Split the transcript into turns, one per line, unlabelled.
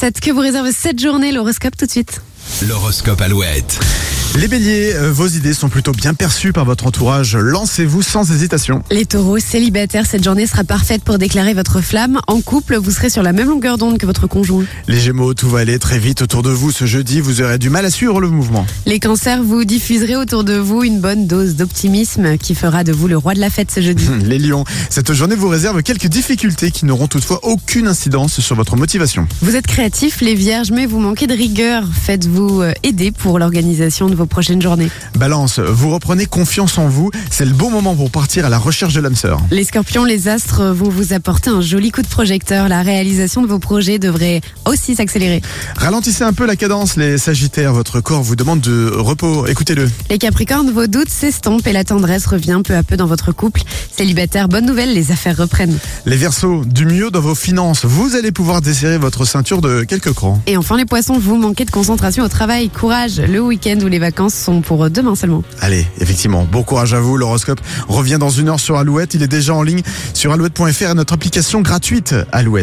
7 que vous réserve cette journée, l'horoscope tout de suite.
L'horoscope Alouette.
Les béliers, euh, vos idées sont plutôt bien perçues par votre entourage. Lancez-vous sans hésitation.
Les taureaux célibataires, cette journée sera parfaite pour déclarer votre flamme. En couple, vous serez sur la même longueur d'onde que votre conjoint.
Les gémeaux, tout va aller très vite autour de vous ce jeudi. Vous aurez du mal à suivre le mouvement.
Les cancers, vous diffuserez autour de vous une bonne dose d'optimisme qui fera de vous le roi de la fête ce jeudi.
Les lions, cette journée vous réserve quelques difficultés qui n'auront toutefois aucune incidence sur votre motivation.
Vous êtes créatifs, les vierges, mais vous manquez de rigueur. Faites-vous euh, aider pour l'organisation de vos prochaines journées.
Balance, vous reprenez confiance en vous. C'est le bon moment pour partir à la recherche de l'âme sœur.
Les scorpions, les astres vont vous apporter un joli coup de projecteur. La réalisation de vos projets devrait aussi s'accélérer.
Ralentissez un peu la cadence, les sagittaires. Votre corps vous demande de repos. Écoutez-le.
Les Capricornes, vos doutes s'estompent et la tendresse revient peu à peu dans votre couple. Célibataire, bonne nouvelle, les affaires reprennent.
Les versos, du mieux dans vos finances. Vous allez pouvoir desserrer votre ceinture de quelques crans.
Et enfin les poissons, vous manquez de concentration au travail. Courage, le week-end ou les vacances sont pour demain seulement.
Allez, effectivement, bon courage à vous. L'horoscope revient dans une heure sur Alouette. Il est déjà en ligne sur alouette.fr et notre application gratuite Alouette.